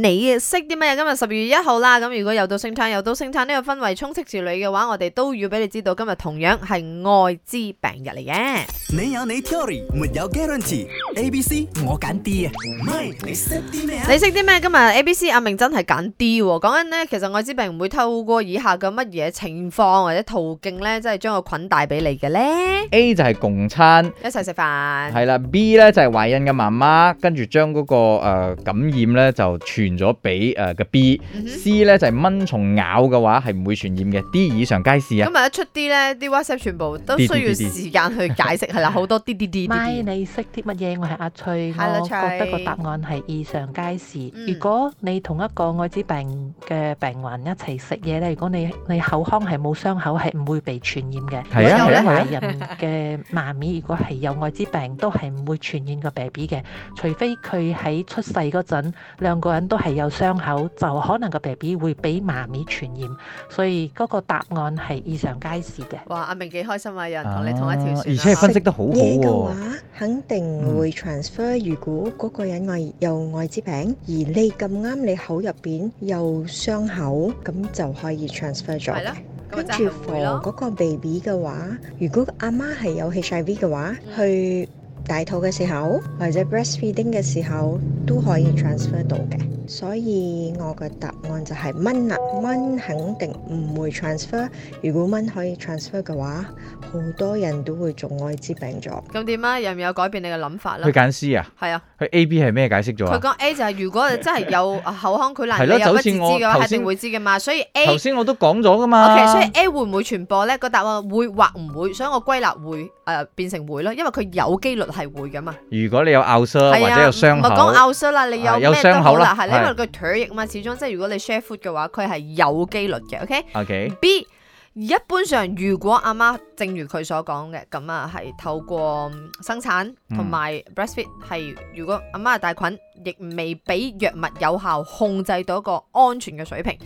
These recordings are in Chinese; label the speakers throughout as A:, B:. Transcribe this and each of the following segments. A: 你識啲乜嘢？今日十二月一號啦，咁如果又到聖誕，又到聖誕呢個氛圍充斥住你嘅話，我哋都要俾你知道，今日同樣係愛滋病日嚟嘅。
B: 你有你 theory，沒有 guarantee。A、B、C 我揀 D 啊，唔係你識啲咩啊
A: 你？識啲咩？今日 A、B、C 阿明真係揀 D 喎。講緊呢，其實艾滋病會透過以下嘅乜嘢情況或者途徑呢，即係將個菌帶俾你嘅呢？
C: A 就係共餐，
A: 一齊食飯。
C: 係啦。B 咧就係懷孕嘅媽媽，跟住將嗰個呃感染咧就傳咗俾誒嘅 B。
A: 嗯哼
C: C 咧就係蚊蟲咬嘅話係唔會傳染嘅。D 以上皆是
A: 今
C: 啊。
A: 日一出 D 呢啲 WhatsApp 全部都需
C: 啲啲
A: 要
C: 啲啲
A: 時間去解釋，係啦，好多 D D D
D: 咪
A: D
D: 你識啲乜嘢？我係阿翠，
A: Hello，
D: 我覺得個
A: 翠
D: 答案係以上皆是。
A: 嗯
D: 如果你同一個艾滋病嘅病患一齊食嘢咧，如果你你口腔係冇傷口，係唔會被傳染嘅。
C: 係
A: 啊
D: 因為
A: 係啊
D: 懷孕嘅媽咪如果係有艾滋病，都係唔會傳染個 B B 嘅，除非佢喺出世嗰陣兩個人都係有傷口，就可能個 B B 會俾媽咪傳染。所以嗰個答案係以上皆是嘅。
A: 哇！阿明幾開心啊，有人
C: 啊
A: 同你同一條船啊。啊
C: 而且係分析得好好
E: 嘢嘅
C: 喎。嗯
E: 話，肯定會 transfer。如果嗰個人愛有愛滋病，而你咁啱你口入邊有傷口，咁就可以 transfer 咗
A: 係
E: 嘅
A: 啦。咁
E: 跟
A: 就
E: 住
A: 係會
E: for
A: 咯。
E: 嗰個 baby 嘅話，如果阿媽係有 HIV 嘅話，
A: 嗯
E: 去大肚嘅時候或者 breastfeeding 嘅時候都可以 transfer 到嘅。所以我嘅答案就係蚊啦，蚊肯定唔會 transfer。如果蚊可以 transfer 嘅話，好多人都會中艾滋病咗。
A: 咁點啊？有唔有改變你嘅諗法啦
C: 佢？揀 C 啊，
A: 係啊，
C: 佢 A、B 係咩解釋咗
A: 佢
C: 啊？
A: 講 A 就係如果真係 有啊口腔潰爛，
C: 係咯
A: 你有
C: 就
A: 不
C: 好
A: 自
C: 似
A: 知
C: 我
A: 嘅話，
C: 頭
A: 一
C: 先
A: 定會知嘅嘛。所以 A 啊
C: 頭先我啊都講咗噶嘛。
A: OK，所以 A 會唔會傳播呢？個答案會或唔會，所以我歸納會誒、呃、變成會咯，因為佢有機率係會噶嘛。
C: 如果你有拗傷哦或者有傷
A: 唔係講
C: 口，
A: 拗傷啦，你有
C: 啊有
A: 咩都
C: 傷
A: 好
C: 口
A: 啦
C: 啦，
A: 係因為
C: 係
A: 佢唾液嘛，始終即係如果你 share food 嘅話，佢係有機率嘅。OK。
C: ，OK，
A: B 一般上，如果阿媽正如佢所講嘅，咁啊係透過嗯生產
C: 嗯
A: 同埋 breastfeed 係，如果阿媽係帶菌，亦未俾藥物有效控制到一個安全嘅水平，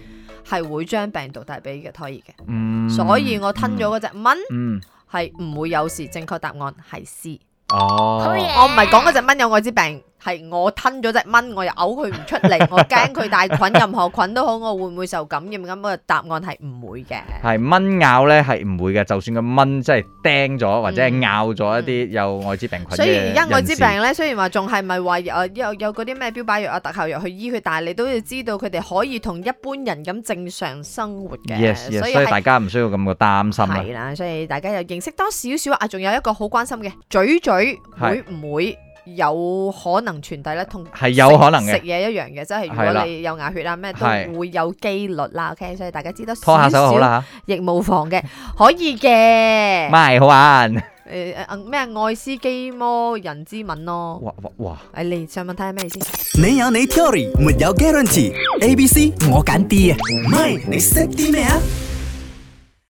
A: 係會將病毒帶俾嘅胎兒嘅。
C: 嗯，
A: 所以我吞咗嗰只蚊
C: 嗯，嗯，
A: 係唔會有事。正確答案係 C。
C: 哦，
A: 我唔係講嗰只蚊有艾滋病，係我吞咗只蚊，我又嘔佢唔出嚟，我驚佢帶菌，任何菌都好，我會唔會受感染？咁個答案係唔會嘅。
C: 係蚊咬咧係唔會嘅，就算個蚊即係叮咗或者係咬咗一啲有艾滋病菌嘅
A: 嗯所以而家艾滋
C: 人士
A: 病咧，雖然話仲係咪話誒有有嗰啲咩標靶藥啊、特效藥去醫佢，但係你都要知道佢哋可以同一般人咁正常生活嘅
C: Yes, yes，
A: 所以
C: 所以
A: 係
C: 大家唔需要咁嘅擔心啊啦。
A: 係啦，所以大家又認識多少少啊。仲有一個好關心嘅，嘴嘴會
C: 係
A: 唔會有可能傳遞咧？同
C: 係有可能嘅
A: 食嘢一樣嘅，即係如
C: 係
A: 果
C: 啦
A: 你有牙血啊咩都
C: 係
A: 會有機率啦。OK，所以大家知道
C: 拖下手
A: 少
C: 好
A: 少，
C: 啦
A: 亦無妨嘅，可以嘅
C: 嚇，。咪好玩。
A: 誒誒咩愛斯基摩人之吻咯。
C: 哇哇哇！
A: 诶，哎你想問睇下咩意思？
B: 你有你 theory，沒有 guarantee。A、B、C 我揀 D 啊，唔係你識啲咩啊？